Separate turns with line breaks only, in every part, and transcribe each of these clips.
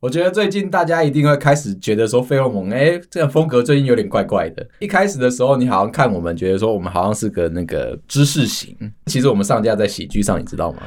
我觉得最近大家一定会开始觉得说费洛蒙，哎、这个风格最近有点怪怪的。一开始的时候，你好像看我们觉得说我们好像是个那个知识型，其实我们上架在喜剧上，你知道吗？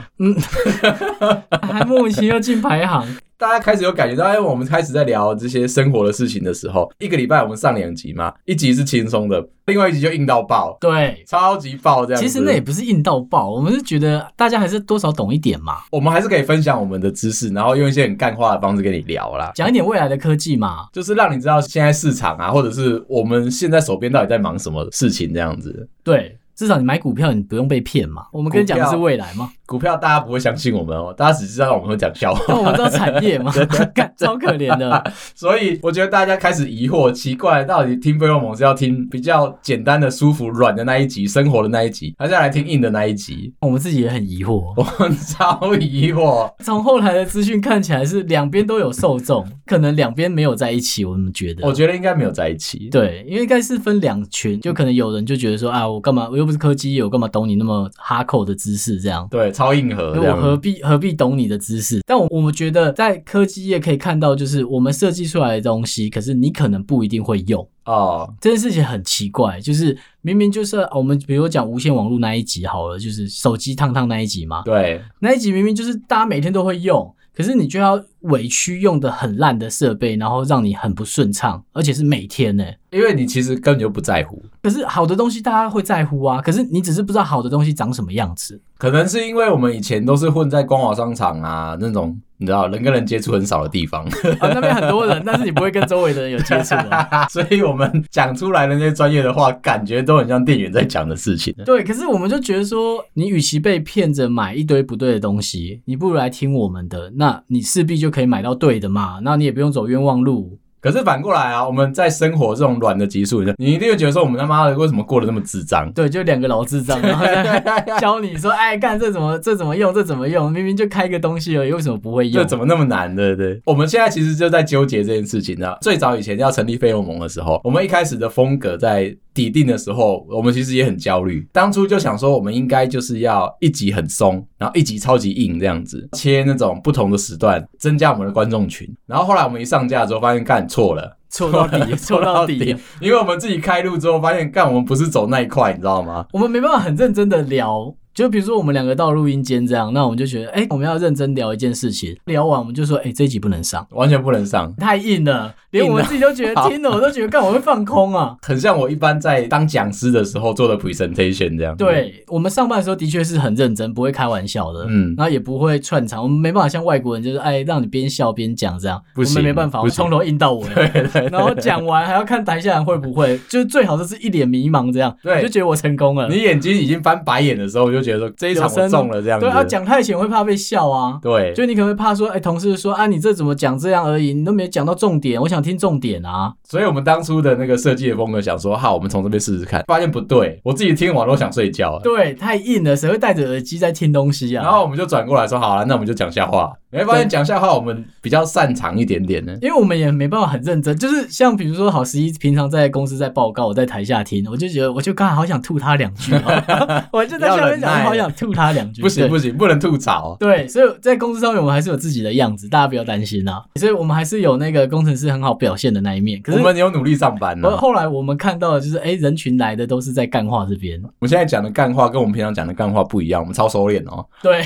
还莫名其妙进 排行，
大家开始有感觉到，哎，我们开始在聊这些生活的事情的时候，一个礼拜我们上两集嘛，一集是轻松的，另外一集就硬到爆，
对。
超级爆这样子。
其实那也不是硬到爆，我们是觉得大家还是多少懂一点嘛，
我们还是可以分享我们的知识，然后用一些很干话的方式跟你聊啦。
讲一点未来的科技嘛。
就是让你知道现在市场啊，或者是我们现在手边到底在忙什么事情这样子。
对，至少你买股票你不用被骗嘛。我们跟你讲的是未来嘛，
股票大家不会相信我们哦，大家只知道我们会讲笑
但我
话，
们知道产业嘛，干超可怜的。
所以我觉得大家开始疑惑，奇怪，到底听费洛蒙是要听比较简单的、舒服、软的那一集，生活的那一集，还是要来听硬的那一集？
我们自己也很疑惑。
我们超疑惑，
从后来的资讯看起来是两边都有受众，可能两边没有在一起，我们觉得。
我觉得应该没有在一起。
对，因为应该是分两群，就可能有人就觉得说啊，我干嘛，我又不是科技业，我干嘛懂你那么哈扣的知识这样。
对，超硬核
那
这
我何
样。
必何必懂你的知识？但我我们觉得在科技业可以看到，就是我们设计出来的东西，可是你可能不一定会用。
哦，
这件事情很奇怪，就是明明就是哦我们比如讲无线网络那一集好了，就是手机烫烫那一集嘛，
对，
那一集明明就是大家每天都会用，可是你就要委屈用的很烂的设备，然后让你很不顺畅，而且是每天呢、
因为你其实根本就不在乎，
可是好的东西大家会在乎啊，可是你只是不知道好的东西长什么样子。
可能是因为我们以前都是混在光华商场啊那种，你知道人跟人接触很少的地方，
啊，那边很多人，但是你不会跟周围的人有接触啊。
所以我们讲出来的那些专业的话，感觉都很像店员在讲的事情。
对，可是我们就觉得说，你与其被骗着买一堆不对的东西，你不如来听我们的，那你势必就可以买到对的嘛，那你也不用走冤枉路。？
可是反过来啊，我们在生活这种软的级数，你一定会觉得说我们他妈的为什么过得那么智障
对，就两个老智障，然后在那边教你说，哎，干这怎么这怎么用，这怎么用，明明就开个东西而已，为什么不会
这
用？
怎么那么难，对不对？我们现在其实就在纠结这件事情呢。最早以前要成立费洛蒙的时候，我们一开始的风格在底定的时候，我们其实也很焦虑。当初就想说，我们应该就是要一集很松，然后一集超级硬这样子，切那种不同的时段，增加我们的观众群。然后后来我们一上架之后，发现干错了。
错到底， 错到底。！
因为我们自己开路之后，发现干我们不是走那一块，你知道吗？
我们没办法很认真的聊。就比如说我们两个到录音间这样，那我们就觉得，哎、我们要认真聊一件事情。聊完我们就说，哎、这一集不能上，
完全不能上，
太硬了，连
硬
我们
了
自己都觉得，
好
听了我都觉得，干我会放空啊。
很像我一般在当讲师的时候做的 presentation 这样。，
对我们上班的时候的确是很认真，不会开玩笑的，
嗯
然后也不会串场，我们没办法像外国人就是哎让你边笑边讲这样，
不行
我们没办法，我
不行
从头硬到尾，
对对对
然后讲完还要看台下人会不会，就是最好就是一脸迷茫这样，
对
我就觉得我成功了。
你眼睛已经翻白眼的时候，我就觉得说这一场我中了这样子。
对啊，讲太浅会怕被笑啊，
对
就你可能会怕说，哎、同事说啊，你这怎么讲这样而已，你都没讲到重点，我想听重点啊。
所以我们当初的那个设计的风格，想说好，我们从这边试试看，发现不对，我自己听完都想睡觉了。
对，太硬了，谁会戴着耳机在听东西啊？
然后我们就转过来说，好了，那我们就讲笑话。你会发现
对
讲笑话我们比较擅长一点点呢。
因为我们也没办法很认真，就是像比如说郝十一平常在公司在报告，我在台下听，我就觉得我就刚好好想吐他两 句、哦，我就在下面
要忍耐
讲，好想吐他两句，
不行
对
不行，不能吐槽。
对，所以在公司上面我们还是有自己的样子，大家不要担心啊。所以我们还是有那个工程师很好表现的那一面。可
我
是
们有努力上班啊呢
我。呃后来我们看到的就是，哎、人群来的都是在干话这边，
我们现在讲的干话跟我们平常讲的干话不一样，我们超收敛哦，
对，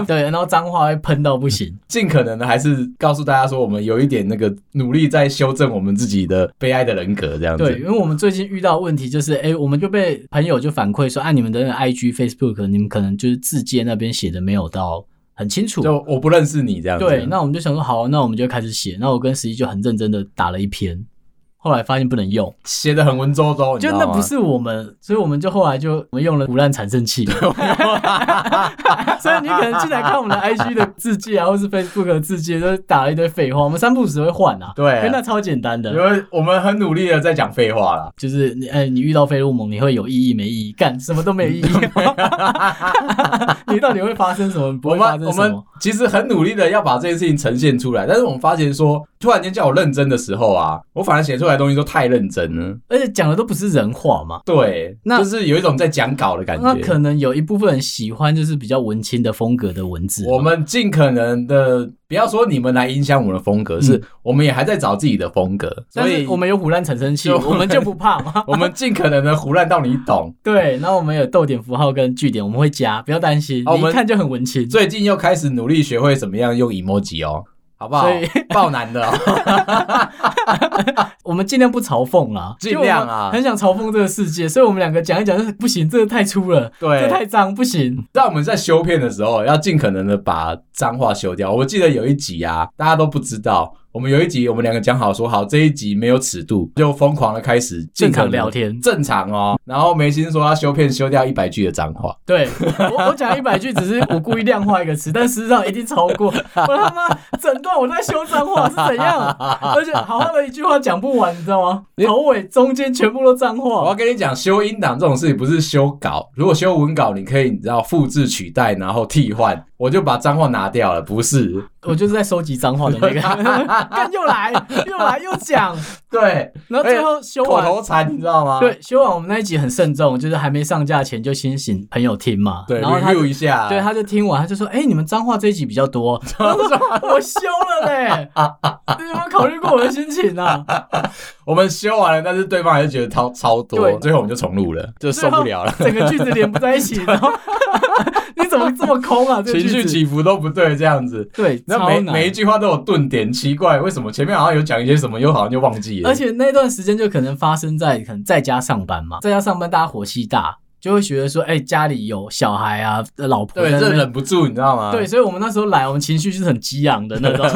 对，对，然后脏话会喷到不行。
尽可能的还是告诉大家说，我们有一点那个努力在修正我们自己的悲哀的人格这样子。
对，因为我们最近遇到问题就是，哎、我们就被朋友就反馈说，啊，你们的那个 IG、Facebook，你们可能就是字界那边写的没有到很清楚。
就我不认识你这样子。
对，那我们就想说，好，那我们就开始写。那我跟十一就很认真的打了一篇，后来发现不能用，
写的很文绉绉，你知
就
道
那
吗
不。是我们，所以我们就后来就我们用了腐烂产 生器。所以你可能进来看我们的 IG 的字迹啊，或是 Facebook 的字迹，都打了一堆废话。我们三不五时会换啊，
对
因为那超简单
因
的。
为我们很努力的在讲废话啦，
就是你，哎，你遇到费洛蒙，你会有意义没意义？干什么都没有意 义，你到底会发生什么？不
我
会发
们
生
我
什
们
么？
其实很努力的要把这件事情呈现出来，但是我们发现说，突然间叫我认真的时候啊，我反而写出来的东西都太认真了。
而且讲的都不是人话嘛。
对，
那
就是有一种在讲稿的感
那可
觉。
能有一部分人喜欢就是比较文青的风格的文字嘛，
我们尽可能的，不要说你们来影响我们的风格，是我们也还在找自己的风格，所
嗯但
以
是我们有虎烂产生器，
就
我们就不怕 嘛。
我们尽可能的胡乱到你 懂。
对，然后我们有逗点符号跟句点，我们会加，不要担心，
哦我
你
们
一看就很文青。
最近又开始努力学会怎么样用 emoji 哦，好不好
所以？
爆难的、 哦，
我们尽量不嘲讽啦，
尽量啊
就我们很想嘲讽这个世界，所以我们两个讲一讲，就是不行，这个太粗了，这
对。
太脏，不行。
在我们在修片的时候，要尽可能的把脏话修掉。我记得有一集啊，大家都不知道，我们有一集我们两个讲好说好，这一集没有尺度，就疯狂的开始尽
正
可能
常聊，天，
正常哦。然后梅心说他修片修掉一百句的脏话，
对我我讲一百句，只是我故意量化一个词，但事实上一定超过。我他妈整段我在修脏话是怎样？而且好好的一句话讲不完，你知道吗？头尾中间全部都脏
我要
话。
跟你讲，修音档这种事情不是修稿，如果修文稿，你可以你知道复制取代，然后替换，我就把脏话拿掉了，不是？
我就是在收集脏话的那 个，看又来又来又讲，
对，
然后最后修
哎口
完。
头禅，你知道吗？
对，修完我们那一集很慎重，就是还没上架前就先请朋友听嘛。
对
然后他
，review 一下，
对，他就听完，他就说：“哎、你们脏话这一集比较多。” 然后我说：“我修了嘞，你有没有考虑过我的心情啊
我们修完了，但是对方还是觉得超超多，
对
最后我们就重录了，就？”受不了了，
最后整个句子连不在一起，然后 你怎么这么空啊？这个
情绪
句子
起伏都不对，这样子。
对，
那
超
每
难
每一句话都有顿点，奇怪，为什么前面好像有讲一些什么，又好像就忘记了？
而且那段时间就可能发生在可能在家上班嘛，在家上班大家火气大，就会觉得说：“哎、家里有小孩啊，呃老婆
对，啊
在那
这
边
忍不住，你知道吗？
对，，所以我们那时候来，我们情绪是很激昂的那 种，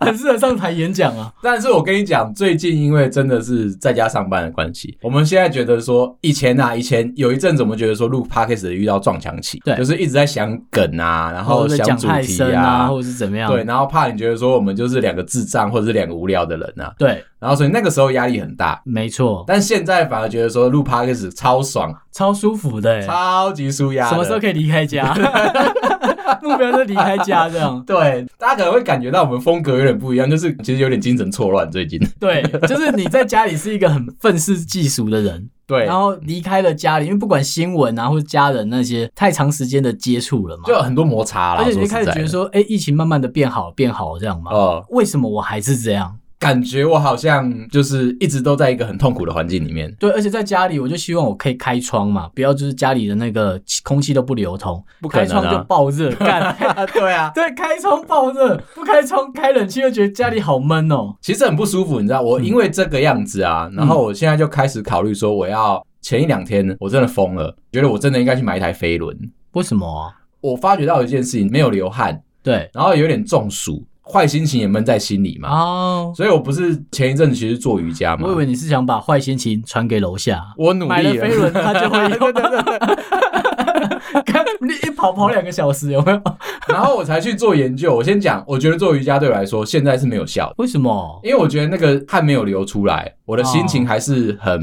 很适合上台演讲啊。
但是我跟你讲，最近因为真的是在家上班的关系，我们现在觉得说，以前啊，以前有一阵子我们觉得说录 podcast 遇到撞墙期，
对
就是一直在想梗啊，然后
或者
想
讲
主
太
题
深啊，或者是怎么样？
对，然后怕你觉得说我们就是两个智障或者是两个无聊的人啊，
对，
然后所以那个时候压力很大。
没错，
但现在反而觉得说录 podcast 超爽，
超舒服的欸。
超级舒压的。
什么时候可以离开家？ 目标是离开家这样。
对，大家可能会感觉到我们风格有点不一样，就是其实有点精神错乱。最近，
对，就是你在家里是一个很愤世嫉俗的人，
对
然，后离开了家里，因为不管新闻啊或者家人那些太长时间的接触了嘛，
就有很多摩擦啦。
而且
说
你就
实
开始
在
觉得
的，
说，哎，疫情慢慢的变好变好这样嘛，
哦，
为什么我还是这样？
感觉我好像就是一直都在一个很痛苦的环境里面。
对，而且在家里，我就希望我可以开窗嘛，不要就是家里的那个气空气都不流通，
不可
开
能啊
窗就爆热，干。
对啊，
对，开窗爆热，不开窗开冷气又觉得家里好闷哦。
其实很不舒服，你知道，我
嗯
因为这个样子啊，然后我现在就开始考虑说，我要前一两天我真的疯了，觉得我真的应该去买一台飞轮。
为什么、啊？
我发觉到一件事情，没有流汗，
对，
然后有点中暑，坏心情也闷在心里嘛。
哦，
所以我不是啊前一阵子其实做瑜伽嘛，
我以为你是想把坏心情传给楼下，
我努
买
力啊
了飞轮，他就会
对对对对，
用。看你一跑跑两个小时，有没有？
然后我才去做研究。我先讲，我觉得做瑜伽对我来说现在是没有效的，
为什么？
因为我觉得那个汗没有流出来，我的心情还是很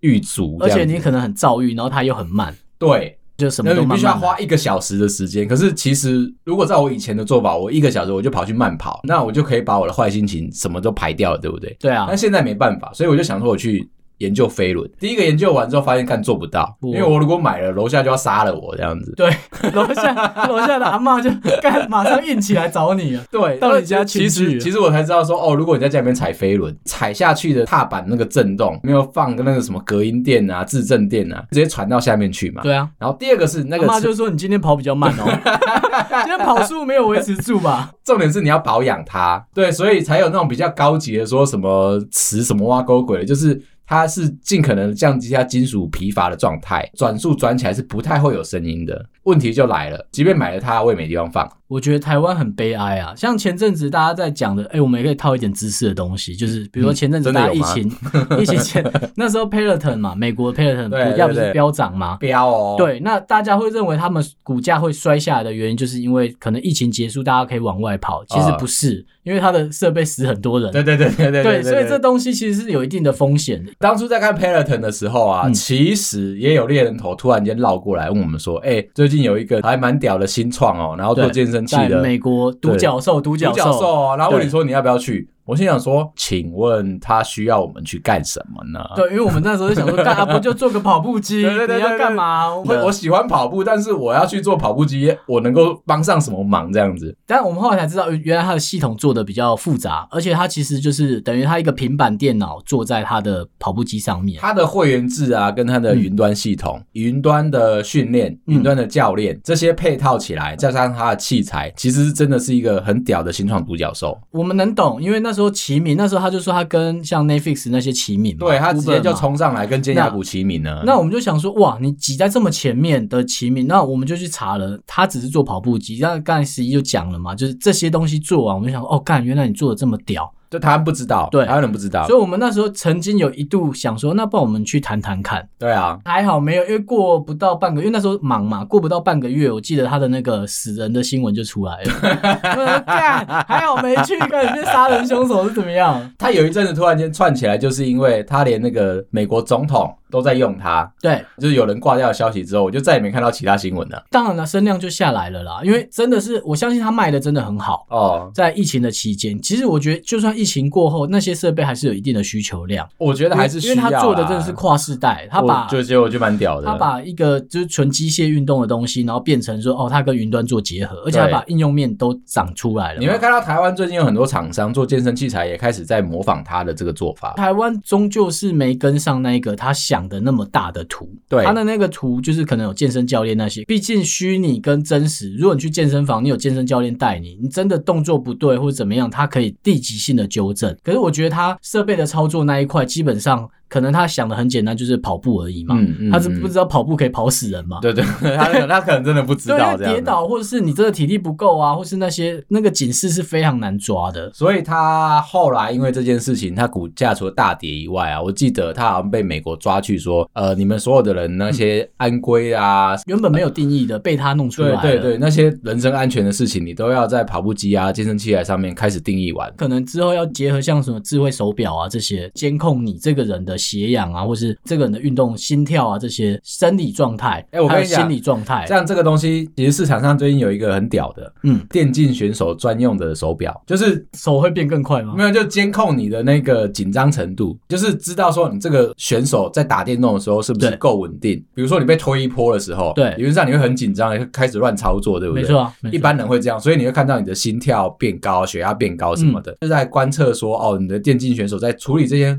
郁卒这
哦而
样子。
且你可能很躁郁，然后他又很慢，
对，
就什么
那
都
你
慢
必
慢
须要
来
花一个小时的时间。可是其实如果在我以前的做法，我一个小时我就跑去慢跑，那我就可以把我的坏心情什么都排掉了，对不对？
对啊
但，现在没办法，所以我就想说我去。研究飞轮，第一个研究完之后发现干做不到，因
不
为我如果买了，楼下就要杀了我这样子。
对， 楼下楼下的阿嬷就干，马上硬起来找你了。
对，
到你家
其
群
实
聚
其实我才知道说，哦，如果你在家里面踩飞轮，踩下去的踏板那个震动，没有放个那个什么隔音垫啊、制震垫啊，直接传到下面去嘛。
对啊，
然后第二个是那
他
个
妈
是，
就说你今天跑比较慢哦， 今天跑速没有维持住吧？
重点是你要保养它，对，所以才有那种比较高级的说什么磁什么挖沟鬼的，就是它是尽可能降低它金属疲乏的状态，转速转起来是不太会有声音的。问题就来了，即便买了它，我也没地方放。
我觉得台湾很悲哀啊，像前阵子大家在讲的，哎、我们也可以套一点知识的东西，就是比如说前阵子
嗯真的
大家
有
疫
吗
情，疫 情前那时候 Peloton 嘛，美国 Peloton
对对
股价不
对
是飙涨吗？
标哦，，
对，那大家会认为他们股价会摔下来的原因，就是因为可能疫情结束，大家可以往外跑。其实
啊
不是，因为它的设备死很多人。
对对对对对
对，所以这东西其实是有一定的风险的。
当初在看 Peloton 的时候啊，
嗯
其实也有猎人头突然间绕过来问我们说：“哎、最近有一个还蛮屌的新创哦，然后做
对
健身生气
在
了。
美国独角兽，独角
独角
兽，
兽啊，然后问你说你要不要去，我心想说，请问他需要我们去干什么呢？
对，因为我们那时候就想说，干、啊、不就做个跑步机，
对对对
你要
对
干嘛？
会我喜欢跑步，但是我要去做跑步机，我能够帮上什么忙？这样子，
但我们后来才知道，原来它的系统做的比较复杂，而且它其实就是等于它一个平板电脑坐在它的跑步机上面。
它的会员制啊，跟它的云端系统、云、端的训练、
嗯
云端的教练、这些配套起来，加上它的器材，其实真的是一个很屌的新创独角兽。
我们能懂，因为那时候齐名，那时候他就说他跟像 Netflix 那些齐名嘛，
对，它直接
Uber
就
嘛。
冲上来跟尖牙谷齐名了。
那我们就想说，哇，你挤在这么前面的齐名，那我们就去查了，他只是做跑步机。那刚才十一就讲了嘛，就是这些东西做完，我们就想，哦，干，原来你做的这么屌。
就台湾不知道，
对
台湾人不知道
所，以我们那时候曾经有一度想说，那不然我们去谈谈看。
对啊，
还好没有，因为过不到半个月，因为那时候忙嘛，过不到半个月，我记得他的那个死人的新闻就出来了。 我说干，还好没去，看你这杀人凶手是怎么样？
他有一阵子突然间串起来，就是因为他连那个美国总统都在用它，
对，
就是有人挂掉的消息之后，我就再也没看到其他新闻了。
当然了，声量就下来了啦，因为真的是我相信他卖的真的很好。
哦，
在疫情的期间，其实我觉得，就算疫情过后，那些设备还是有一定的需求量，
我觉得还是
因
需
为
要啦
他做的真的是跨世代，他把
我就觉得我就蛮屌的，
他把一个就是纯机械运动的东西，然后变成说哦，他跟云端做结合，而且他
对
把应用面都长出来了嘛。
你会看到台湾最近有很多厂商做健身器材也开始在模仿他的这个做法，
台湾终究是没跟上那一个他想的那么大的图，
对
他的那个图就是可能有健身教练那些，毕竟虚拟跟真实，如果你去健身房，你有健身教练带你，你真的动作不对或者怎么样，他可以立即性的纠正。可是我觉得他设备的操作那一块，基本上可能他想的很简单，就是跑步而已嘛，
嗯嗯
他是不知道跑步可以跑死人嘛。
对对， 他可能他可能真的不知
对，
道
因
这
为跌
样子。
倒，或者是你真的体力不够啊，或是那些那个警示是非常难抓的。
所以他后来因为这件事情，他股价除了大跌以外啊，我记得他好像被美国抓去说，呃，你们所有的人那些安规啊，
原本没有定义的，被他弄出来
对
了。
对对，那些人身安全的事情，你都要在跑步机啊、健身器材上面开始定义完。
可能之后要结合像什么智慧手表啊这些，监控你这个人的血氧啊，或是这个人的运动、心跳啊这些生理状态，
哎我跟
还
你
有
讲
心理状态，
像这个东西，其实市场上最近有一个很屌的
嗯，
电竞选手专用的手表，就是
手会变更快吗？
没有就监控你的那个紧张程
哦
度，就是知道说你这个选手在打电动的时候是不是
对
够稳定。比如说你被推一波的时候，
对
理论上你会很紧张，会开始乱操作，对不对？
没错啊，没错嗯
一般人会这样，所以你会看到你的心跳变高、血压变高什么的，就在观测说，哦，你的电竞选手在处理这些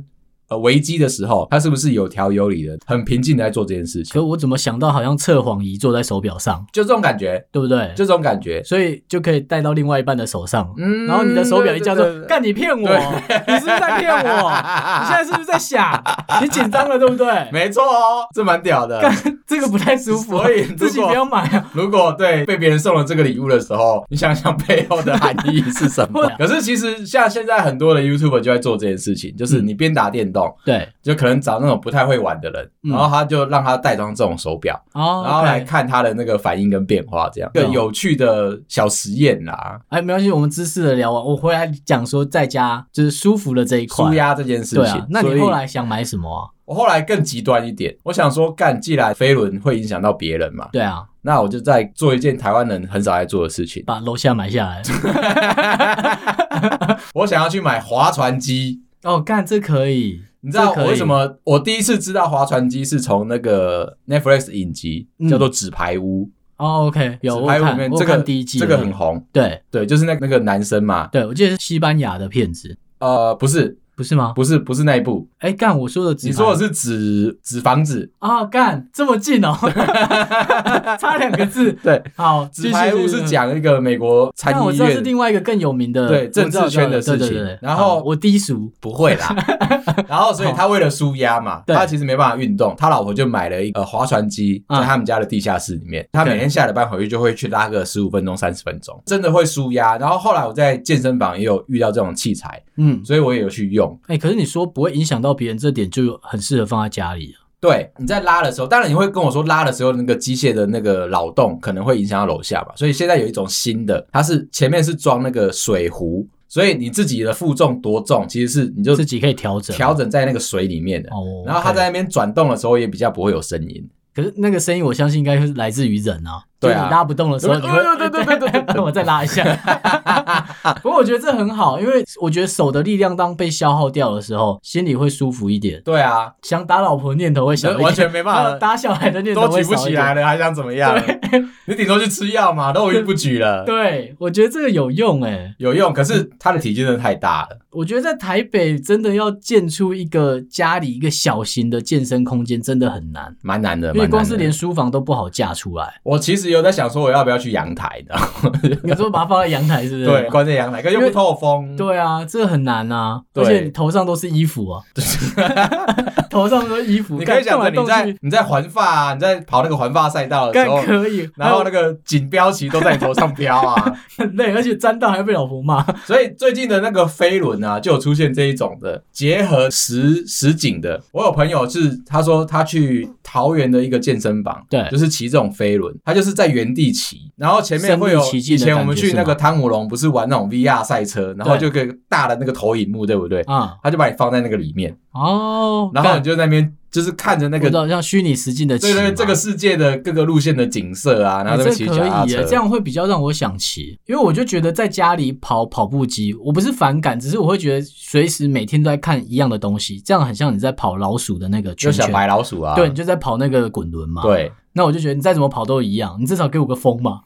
呃危机的时候，他是不是有条有理的、很平静的在做这件事情？
可我怎么想到好像测谎仪坐在手表上，
就这种感觉，
对不对？
就这种感觉。
所以就可以带到另外一半的手上，
嗯
然后你的手表一叫
对
说
对：“对
干，你骗我！你是不是在骗 我？你现在是不是在想？你紧张了，对不对？
没错哦，这蛮屌的。
这个不太舒服，
所以如果
自己不要买啊。？
如果对被别人送了这个礼物的时候，你想想背后的含义是什么 可是其实像现在很多的 YouTuber 就在做这件事情，就是你边打电动，”
对，
就可能找那种不太会玩的人，
嗯
然后他就让他带装这种手表，
哦，
然后
OK
来看他的那个反应跟变化，这样一个
嗯
有趣的小实验啦，
哎，没关系，我们知识的聊完，我回来讲说在家就是舒服的这一块。
舒压这件事
对啊
情。，
那
所
你
以
后来想买什么啊？
我后来更极端一点，我想说，干，既然飞轮会影响到别人嘛，
对啊，
那我就再做一件台湾人很少在做的事 情，
把楼下买下来。
我想要去买划船机。
哦，干这可以，
你知道
这可以
我为什么？我第一次知道划船机是从那个 Netflix 影集
嗯
叫做《纸牌屋》，
哦，OK，有
纸
我
牌
有
屋》
看
里，面
我
这
有
个
看第一季，
这个很。红，
对
对，就是那那个男生嘛，
对，我记得是西班牙的片子，
呃，不是，
不是吗？
不是，不是那一部，
哎，干我说的纸牌，
你说的是纸纸房子，
哦，干这么近哦， 差两个字。
对，
好，
纸牌屋
继续嗯
是。讲一个美国参
但我
议
知道是
院，
另外一个更有名的
对
我知道
政治圈的事情
对对对对
然后
好我低俗，
不会 啦。然后所以他为了舒压嘛，
对
他其实没办法运动，他老婆就买了一个划船机，
嗯
在他们家的地下室里面。他每天下了班回去就会去拉个十五分钟、三十分钟，真的会舒压。然后后来我在健身房也有遇到这种器材，
嗯，
所以我也有去用。
哎、可是你说不会影响到别人，这点就很适合放在家里。
对，你在拉的时候，当然你会跟我说拉的时候那个机械的那个扰动可能会影响到楼下嘛，所以现在有一种新的，它是前面是装那个水壶，所以你自己的负重多重其实是你就
自己可以调整。啊
调整在那个水里面的，
哦，
然后它在那边转动的时候也比较不会有声音，
可是那个声音，我相信应该是来自于人啊。
对啊
就是你拉不动的时 候，你会
哦对对对对对对对
我再拉一下。 不过我觉得这很好，因为我觉得手的力量当被消耗掉的时候，心里会舒服一点，
对啊，哎
想打老婆的念头会小一点，
完全没办法
还有 打小孩的念头
都
会
举不
少一
起
点
来。了，还想怎么样？你顶多去吃药嘛，都已经不举了，
对，我觉得这个有用哎、
有用。可是他的体积真的太大了，
我觉得在台北真的要建出一个家里一个小型的健身空间真的很难，
蛮难的。
因为
蛮难的
光是连书房都不好架出来。
我其实有在想说，我要不要去阳台的？
你说把它放在阳台是不是？
对，关在阳台，可是又不透风。
对啊，这很难啊，
对
而且你头上都是衣服啊， 头上都是衣服，
你可以想着
干
你
动来动
在
去
你在环法、你在跑那个环法赛道的时候
干，可以，
然后那
个
个锦标旗都在你头上飘啊。
很累，而且沾到还要被老婆骂。
所以最近的那个飞轮啊，就有出现这一种的结合实实景的。我有朋友是他说他去桃园的一个健身房，
对
就是骑这种飞轮，他就是在原地骑，然后前面会有
身临其境
以
的感
前
觉
我们去那
是
个汤姆龙不是玩那种 VR 赛车，然后就有个大的那个投影幕，对不对？
啊、
他就把你放在那个里面，
哦，
然后
干
你就在那边就是看着那
我
个
知道像虚拟实境的骑
对
嘛，
对，这个世界的各个路线的景色啊，然后
欸
这边骑
可
脚踏
以耶
车，
这样会比较让我想骑，因为我就觉得在家里跑跑步机，我不是反感，只是我会觉得随时每天都在看一样的东西，这样很像你在跑老鼠的那个
就
圈
小
圈。
白老鼠啊，
对，你就在跑那个滚轮嘛。，
对，
那我就觉得你再怎么跑都一样，你至少给我个风嘛。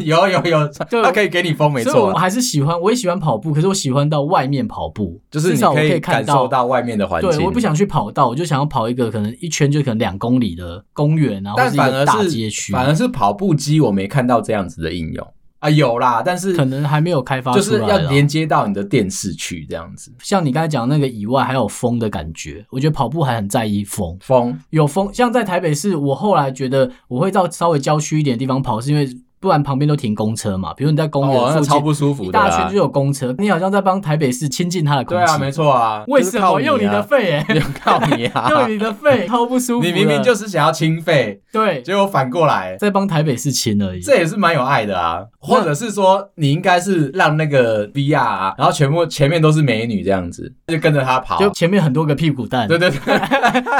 有有 有，
对
它可以给你风，没
所以
错
我
啊，
还是喜欢，我也喜欢跑步，可是我喜欢到外面跑步，
就是
至
你
少我
以感
看
受到外面的环境。
对，我不，想去跑道，我就想要跑一个可能一圈就可能两公里的公园啊，或
但
是一
反
个
而
大
是
街区，
反而是跑步机，我没看到这样子的应用啊，有啦，但是
可能还没有开发出
就
来
是
啦。
要连接到你的电视去这样子。
像你刚才讲那个以外，还有风的感觉。我觉得跑步还很在意风，
风
有风。像在台北市，我后来觉得我会到稍微郊区一点的地方跑，是因为不然旁边都停公车嘛。比如你在公
哦，
园
那
附近、
超不舒服
一
的
大圈
啦
就。有公车，你好像在帮台北市亲近它的空
对
气。
啊，没错啊，
为
就是
什
靠
么用你的
啊？
肺、 欸？
用靠你啊
用！你的肺，超不舒服的。
你明明就是想要清肺，
对，
结果反过来，
在帮台北市亲而已。
这也是蛮有爱的啊，或者是说你应该是让那个 VR，、啊、然后全部前面都是美女这样子，就跟着他跑。
就前面很多个屁股 蛋，
对对对，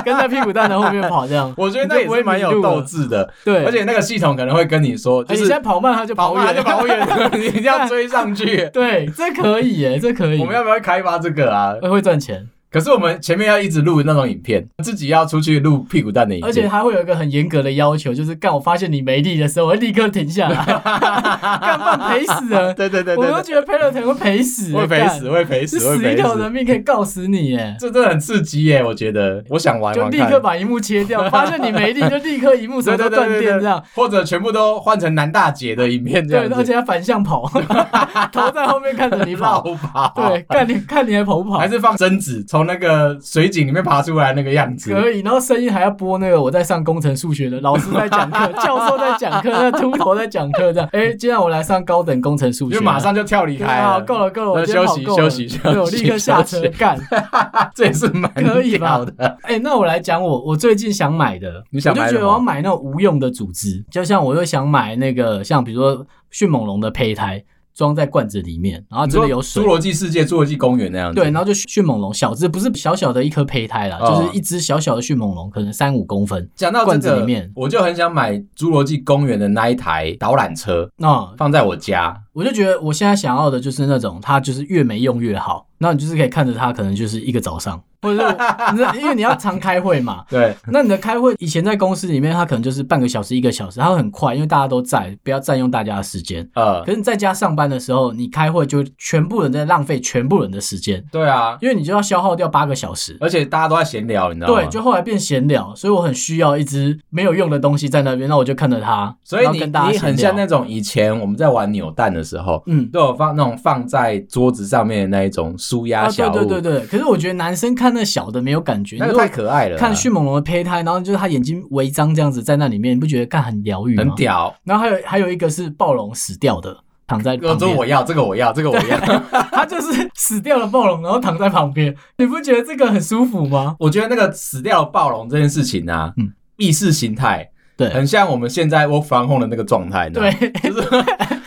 跟在屁股蛋的后面跑这 样。
我觉得那也是蛮有斗志的，
对，
而且那个系统可能会跟你说，就
哎你
是
现在跑慢，他就
跑
远，。
慢就跑远， 你一定要追上去
对，这可以耶，这可以。
我们要不要开发这个啊？
会会赚钱，
可是我们前面要一直录那种影片，自己要出去录屁股蛋的影片，
而且还会有一个很严格的要求，就是干我发现你没力的时候，我会立刻停 下来，干饭赔死 人。
对对对
我
对对，
都觉得 Peloton 会赔死，
会赔
干
死，，会赔
是
死，会
死一
赔
条人
死。
命可以告死你耶！
这真的很刺激耶！我觉得，我想玩
就
玩
立
看
刻把荧幕切掉，发现你没力就立刻荧 幕什
对对
么都
对
断
对
电
对
这样。，
或者全部都换成南大姐的影片这
对，
样
而
子，
且还反向跑， 头在后面看着你
绕
跑。
跑，
对，，看你看你还跑不跑
还？是放贞子从那个水井里面爬出来那个样子，
可以，然后声音还要播那个我在上工程数学的老师在 讲课，教授在讲课，那秃头在讲课这样。哎、今天我来上高等工程数学，啊
就马上就跳离
对
开
好
了，
够了够了，我
那
今天
休
跑
息
够了
休息休息
对，我立刻下车
休息
干。
这也是蛮
可以吧
屌的。
哎、那我来讲我我最近想买的，
你想买
我
什么
就觉得我要买那种无用的组织，就像我又想买那个像比如说迅猛龙的胚胎装在罐子里面，然后真的有水
侏。罗纪世界、侏罗纪公园那样子，
对，然后就迅猛龙小只，不是小小的一颗胚胎啦，
哦
就是一只小小的迅猛龙，可能三五公分。
讲到
罐
这
子里
个
面，
我就很想买侏罗纪公园的那一台导览车，
那、
放在我家。
我就觉得我现在想要的就是那种，它就是越没用越好。那你就是可以看着它，可能就是一个早上，或者是 你知道因为你要常开会嘛。
对，
那你的开会以前在公司里面，它可能就是半个小时、一个小时，它会很快，因为大家都在，不要占用大家的时间。
呃
可，是你在家上班的时候，你开会就全部人在浪费全部人的时间，
对啊，
因为你就要消耗掉八个小时。
而且大家都在闲聊，你知道吗？
对，就后来变闲聊，所以我很需要一只没有用的东西在那边，那我就看着它，
所以
然后
你
跟大家
你很
闲
像
聊
那种以前我们在玩扭蛋的时候，
嗯，
都有放那种放在桌子上面的那一种舒压
啊，
小
对
物，
对对对。可是我觉得男生看那小的没有感觉，
那个
你如果
太可爱了啦，啊
看迅猛龙的胚胎，然后就是他眼睛微张这样子在那里面，你不觉得干很疗愈吗？
很屌。
然后还有还有一个是暴龙死掉的，躺在
哦这
旁
个 我
边，
要，这个我要，这个我 要。
哦他就是死掉的暴龙，然后躺在旁边，你不觉得这个很舒服吗？
我觉得那个死掉的暴龙这件事情啊，
嗯
意识形态
对
很像我们现在 work from home 的那个状态，你知道吗
对，
就是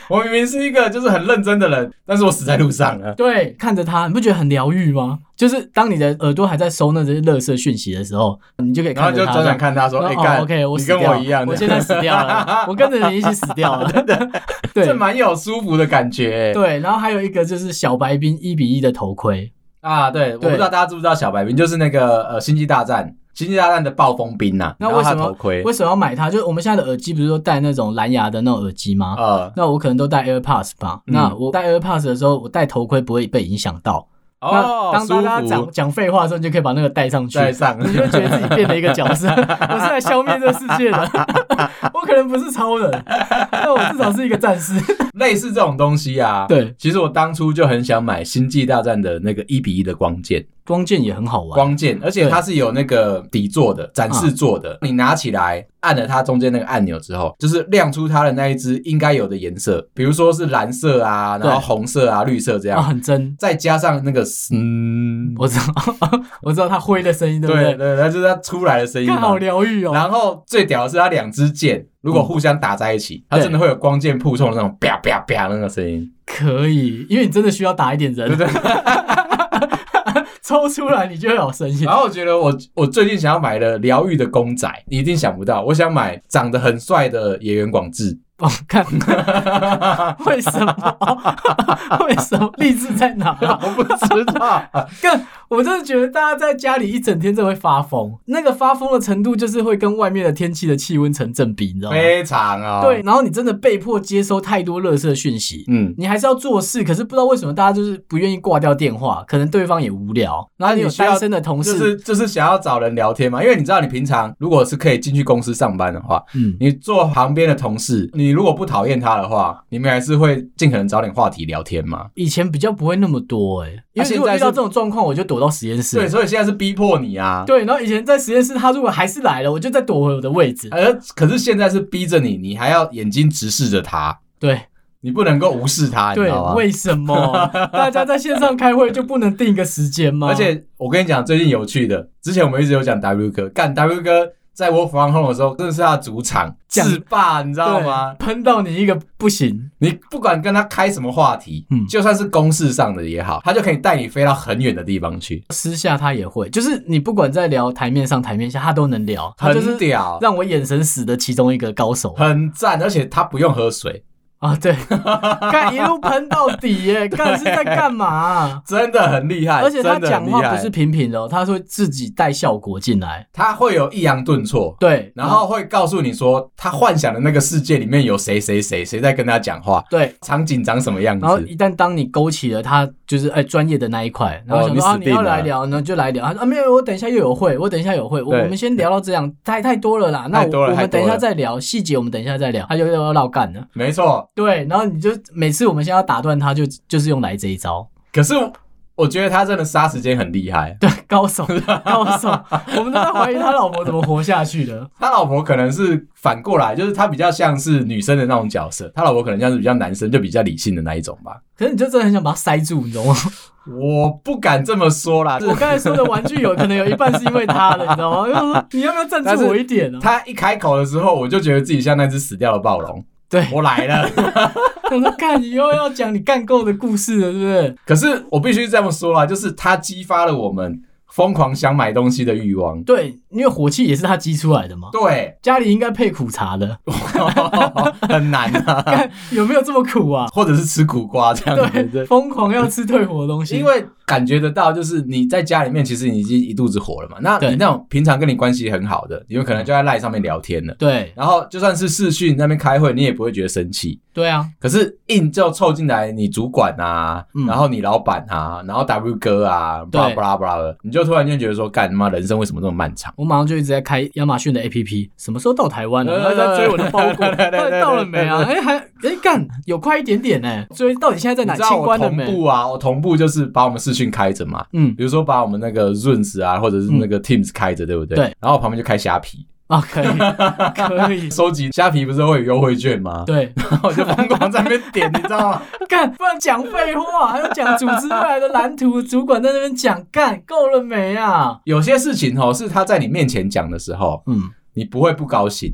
我明明是一个就是很认真的人，但是我死在路上了。
对，看着他，你不觉得很疗愈吗？就是当你的耳朵还在收那些垃圾讯息的时候，你就可以
然后
看
就
着他这
转
样。
眼看他说：“
然
哎、
后
干、
哦、OK，我
你
死
跟
掉
我
了
一样。”
我现在死掉了，我跟着你一起死掉 了。对
这蛮有舒服的感觉、
对，然后还有一个就是小白兵一比一的头盔，
啊，对，我不知道大家知不知道小白兵就是那个呃《星际大战》《星际大战》的暴风兵呐、
那
然后
为
他
什么
头盔？
为什么要买它？就是我们现在的耳机不是都戴那种蓝牙的那种耳机吗？
呃，
那我可能都戴 AirPods 吧。
嗯
那我戴 AirPods 的时候，我戴头盔不会被影响到。
哦，
那当大家
舒
讲
服，
讲废话的时候，你就可以把那个戴上去。
在上。
你就会觉得自己变了一个角色， 我是来消灭这世界的。 我可能不是超人，但我至少是一个战士。
类似这种东西啊。
对
其实我当初就很想买《星际大战》的那个一比一的光剑，
光剑也很好玩，
光剑，而且它是有那个底座的展示座的，你拿起来按了它中间那个按钮之后，就是亮出它的那一只应该有的颜色，比如说是蓝色啊，然后
对
红色啊，绿色这
啊，
样，
很真。
再加上那个嗯，
我知道， 我知道他挥的声音，对不
对对，
对？
它就是它出来的声音
看
嘛。
好疗愈哦。
然后最屌的是它两支剑如果互相打在一起，它真的会有光剑碰撞的那种啪啪啪那个声音。
可以，因为你真的需要打一点人，
对
抽出来你就会有 声 音
然。后我觉得我我最近想要买的疗愈的公仔，你一定想不到，我想买长得很帅的野原广志。
我看，为什么？为什么励志在哪、
我不知道，
更，我真的觉得大家在家里一整天真的会发疯，那个发疯的程度就是会跟外面的天气的气温成正比，你知道 吗？
非常啊、
对，，然后你真的被迫接收太多垃圾讯息，
嗯，
你还是要做事，可是不知道为什么大家就是不愿意挂掉电话，可能对方也无聊，然后你有
你需要
单身的同
就
事，
是就是想要找人聊天嘛，因为你知道，你平常如果是可以进去公司上班的话，
嗯，
你坐旁边的同事，你如果不讨厌他的话，你们还是会尽可能找点话题聊天嘛。
以前比较不会那么多哎、因
啊
为
现
如果
在
遇到
是
这种状况，我就躲到实验室。
对，所以现在是逼迫你啊。
对，然后以前在实验室，他如果还是来了，我就再躲回我的位置。
呃，可是现在是逼着你，你还要眼睛直视着他，
对
你不能够无视他，你知
对
道，吗？
为 什么大家在线上开会就不能定一个时间吗？
而且我跟你讲，最近有趣的，之前我们一直有讲 W 哥，干 W 哥在 Work from Home 的时候，真的是他的主场
讲
制霸，你知道吗？
对？喷到你一个不行，
你不管跟他开什么话题，
嗯
就算是公事上的也好，他就可以带你飞到很远的地方去，
私下他也会，就是你不管在聊台面上、台面下，他都能聊，他就
很
是
屌，
让我眼神死的其中一个高手
很赞，而且他不用喝水，
啊！ 对，干一路喷到底耶，干是在干嘛啊、
真的很厉害，
而且他
哎真的
讲
很厉
话
害
不是平平的、哦，他说自己带效果进来，
他会有抑扬顿挫。
对，
然后会告诉你说，他幻想的那个世界里面有谁谁谁谁在跟他讲话，
对，
场景长什么样子
然后？一旦当你勾起了他就是哎专、业的那一块，然后
哦
想说、啊
你死
你要
定了
来聊呢就来聊，他说啊没有我等一下又有会，我等一下有会，我
对
我们先聊到这样，太太多了啦，那
太多了
我我
太
们
多
等一
了
下再聊细节，我们等一下再聊，他就又要闹干了。
没错，
对，然后你就每次我们先要打断他就就是用来这一招，
可是我觉得他真的杀时间很厉害，
对，高 手高手，我们都在怀疑他老婆怎么活下去的。
他老婆可能是反过来，就是他比较像是女生的那种角色，他老婆可能像是比较男生，就比较理性的那一种吧。
可是你就真的很想把他塞住，你知道吗？
我不敢这么说啦，
我刚才说的玩具有可能有一半是因为他的，你知道吗？就说你要不要赞
但是
助我一点呢、啊？
他一开口的时候，我就觉得自己像那只死掉的暴龙，
对，
我来了。
想说干你又要讲你干够的故事了，是不是？
可是我必须这么说啦，就是他激发了我们疯狂想买东西的欲望。
对，因为火气也是他激出来的嘛。
对，
家里应该配苦茶的，
很难啊，
有没有这么苦啊？
或者是吃苦瓜这样子。
对，疯狂要吃退火的东西，
因为感觉得到，就是你在家里面，其实你已经一肚子火了嘛。那
对
你那种平常跟你关系很好的，你们可能就在赖上面聊天了。
对
然后就算是视讯那边开会，你也不会觉得生气。
对啊，
可是硬就凑进来，你主管啊，
嗯
然后你老板啊，然后 W 哥啊，
对
巴拉巴拉巴拉的，你就突然间觉得说，干他妈人生为什么这么漫长？
我马上就一直在开亚马逊的 APP，什么时候到台湾呢？他在追我的包裹，
呃对对对对
到
对
底到了没啊？哎，还哎干，有快一点点呢。追到底现在在
你
哪？
知道
清
我
关了
同
没？
步啊，我同步就是把我们视讯开着嘛，
嗯
比如说把我们那个 Zooms 啊，或者是那个 Teams 开着，对不对？
对。
然后我旁边就开虾皮，
啊，可以可以，
收集虾皮不是会有优惠券 吗？
对，
然后我就疯狂在那边点，你知道吗？
干，不然讲废话，还要讲组织未来的蓝图，主管在那边讲，干够了没啊？
有些事情哦，是他在你面前讲的时候，
嗯，
你不会不高兴。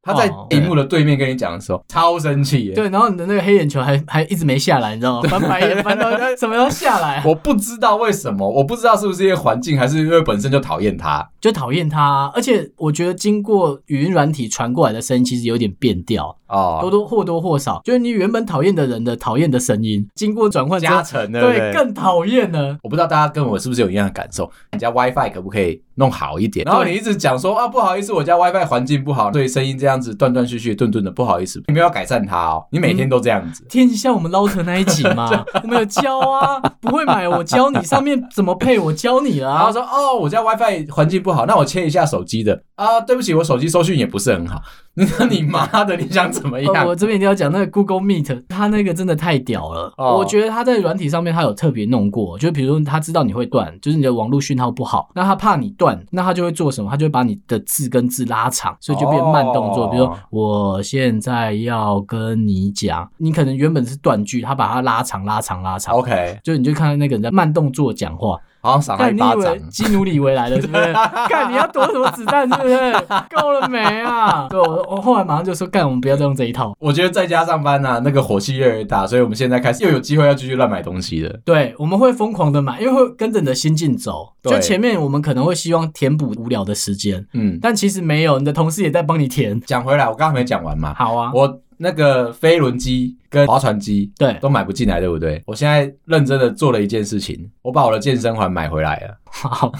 他在
哦
荧幕的对面跟你讲的时候，超生气耶。
对，然后你的那个黑眼球还还一直没下来，你知道吗？翻白眼翻到 什么时候下来啊、
我不知道为什么，我不知道是不是因为环境，还是因为本身就讨厌他。
就讨厌他、啊而且我觉得经过语音软体传过来的声音，其实有点变调，多
哦，
多或多或少，就是你原本讨厌的人的讨厌的声音，经过转换之后
加，成的，
对，更讨厌了。
我不知道大家跟我是不是有一样的感受，你家 WiFi 可不可以弄好一点？然后你一直讲说啊，不好意思，我家 WiFi 环境不好，所以声音这样子断断续续、顿顿的，不好意思，你没有要改善它哦，你每天都这样子。
听一下我们捞扯那一集 嘛，我们有教啊，不会买我教你，上面怎么配我教你了
然后
啊。
说哦，我家 WiFi 环境不好，那我切一下手机的啊，对不起，我手机收讯也不是很好。 你说你妈的，你想怎么
呃
样？
我这边一定要讲那个 Google Meet，它那个真的太屌了。
哦
我觉得它在软体上面它有特别弄过，就比如说它知道你会断，就是你的网络讯号不好，那它怕你断，那它就会做什么？它就会把你的字跟字拉长，所以就变慢动作。
哦
比如说我现在要跟你讲，你可能原本是断句，它把它拉长、拉长、拉长。
OK，
就你就看到那个人在慢动作讲话，
好像赏他
看
一
你
巴
以
掌
为。基努里维来了是 不是？干你要躲什么子弹是不是？够了没啊？对，我我后来马上就说干，我们不要再用这一套。
我觉得在家上班呢、啊，那个火气越来越大，所以我们现在开始又有机会要继续乱买东西了。
对，我们会疯狂的买，因为会跟着你的心境走。
对
就前面我们可能会希望填补无聊的时间，
嗯，
但其实没有，你的同事也在帮你 填。
讲回来，我刚刚还没讲完嘛，
好啊，
我那个飞轮机跟划船机
对，
都买不进来，对不对？我现在认真的做了一件事情，我把我的健身环买回来了。
好，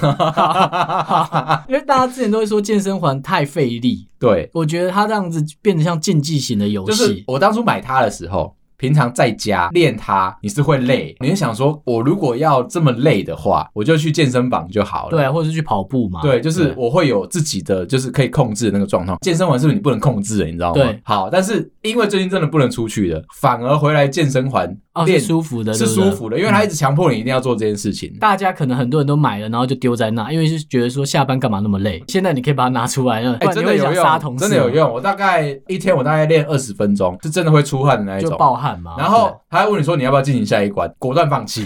因为大家之前都会说健身环太费力，
对，
我觉得它这样子变得像竞技型的游
就
戏。
是我当初买它的时候，平常在家练它，你是会累，你就想说，我如果要这么累的话，我就去健身房就好了。
对，啊或者是去跑步嘛。
对，就是我会有自己的，就是可以控制的那个状况。健身环是不是你不能控制的，你知道吗？
对。
好，但是因为最近真的不能出去了，反而回来健身环
哦，
练
是舒服的，
是
对不嗯对
舒服的，因为他一直强迫你一定要做这件事情。
大家可能很多人都买了，然后就丢在那，因为是觉得说下班干嘛那么 累。现在你可以把它拿出来，
哎、
不然
真
你
的
会
有
想杀同
用，
事，啊
真的有，用。我大概一天，我大概练二十分钟，是真的会出汗的那一
就
种。
暴汗嘛。
然后他还问你说你要不要进行下一关，果断放弃。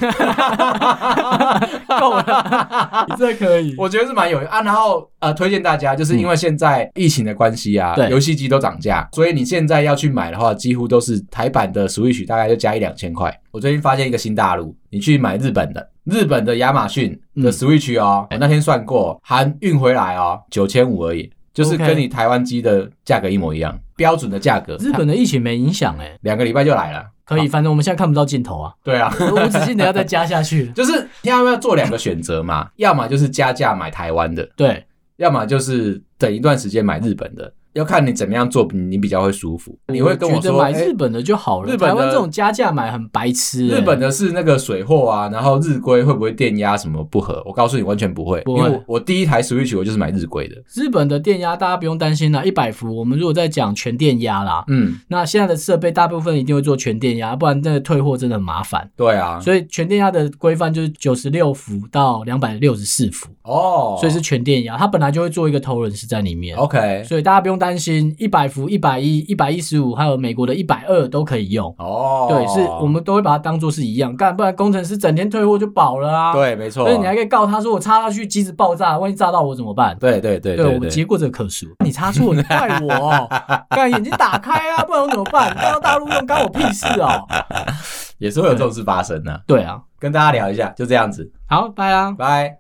对够了，
啊
你这可以。
我觉得是蛮有用啊。然后呃，推荐大家，就是因为现在疫情的关系啊，
嗯对
游戏机都涨价，所以你现在要去买的话，几乎都是台版的 Switch 大概就加一两千块。我最近发现一个新大陆，你去买日本的，日本的亚马逊的
嗯
Switch 哦，我那天算过，含运回来哦，九千五而已，就是跟
OK
你台湾机的价格一模一样，标准的价格。
日本的疫情没影响哎、
两个礼拜就来了，
可以，反正我们现在看不到尽头 啊，
对啊。
无止境的要再加下去。
就是现在要做两个选择嘛，要么就是加价买台湾的，
对，
要么就是等一段时间买日本的，要看你怎么样做，你比较会舒服。你会跟我
觉得
说，
买
哎
日本的就好了，
日本的
台湾这种加价买很白痴、欸。
日本的是那个水货啊，然后日规会不会电压什么不合？我告诉你，完全不会，
不
因
会
为我我第一台 Switch 我就是买日规的。
日本的电压大家不用担心啦，一百伏，我们如果在讲全电压啦，
嗯，
那现在的设备大部分一定会做全电压，不然那个退货真的很麻烦。
对啊，
所以全电压的规范就是九十六伏到两百六十四伏，
哦，
所以是全电压，它本来就会做一个头人是在里面。
OK，
所以大家不用担心，一百伏、一百一、一百一十五，还有美国的一百二都可以用。
哦，
对，是我们都会把它当做是一样干，不然工程师整天退货就饱了啊。，
对，没错，
所以你还可以告他说我插下去机子爆炸，万一炸到我怎么办？
对对对
我们
对，
结果者可数。你插错，你怪 我、哦，干眼睛打开啊，不然我怎么办？干到大陆用干我屁事哦。
也是会有这种事发生呢、啊。
对啊，
跟大家聊一下，就这样子，
好，拜啊。
拜。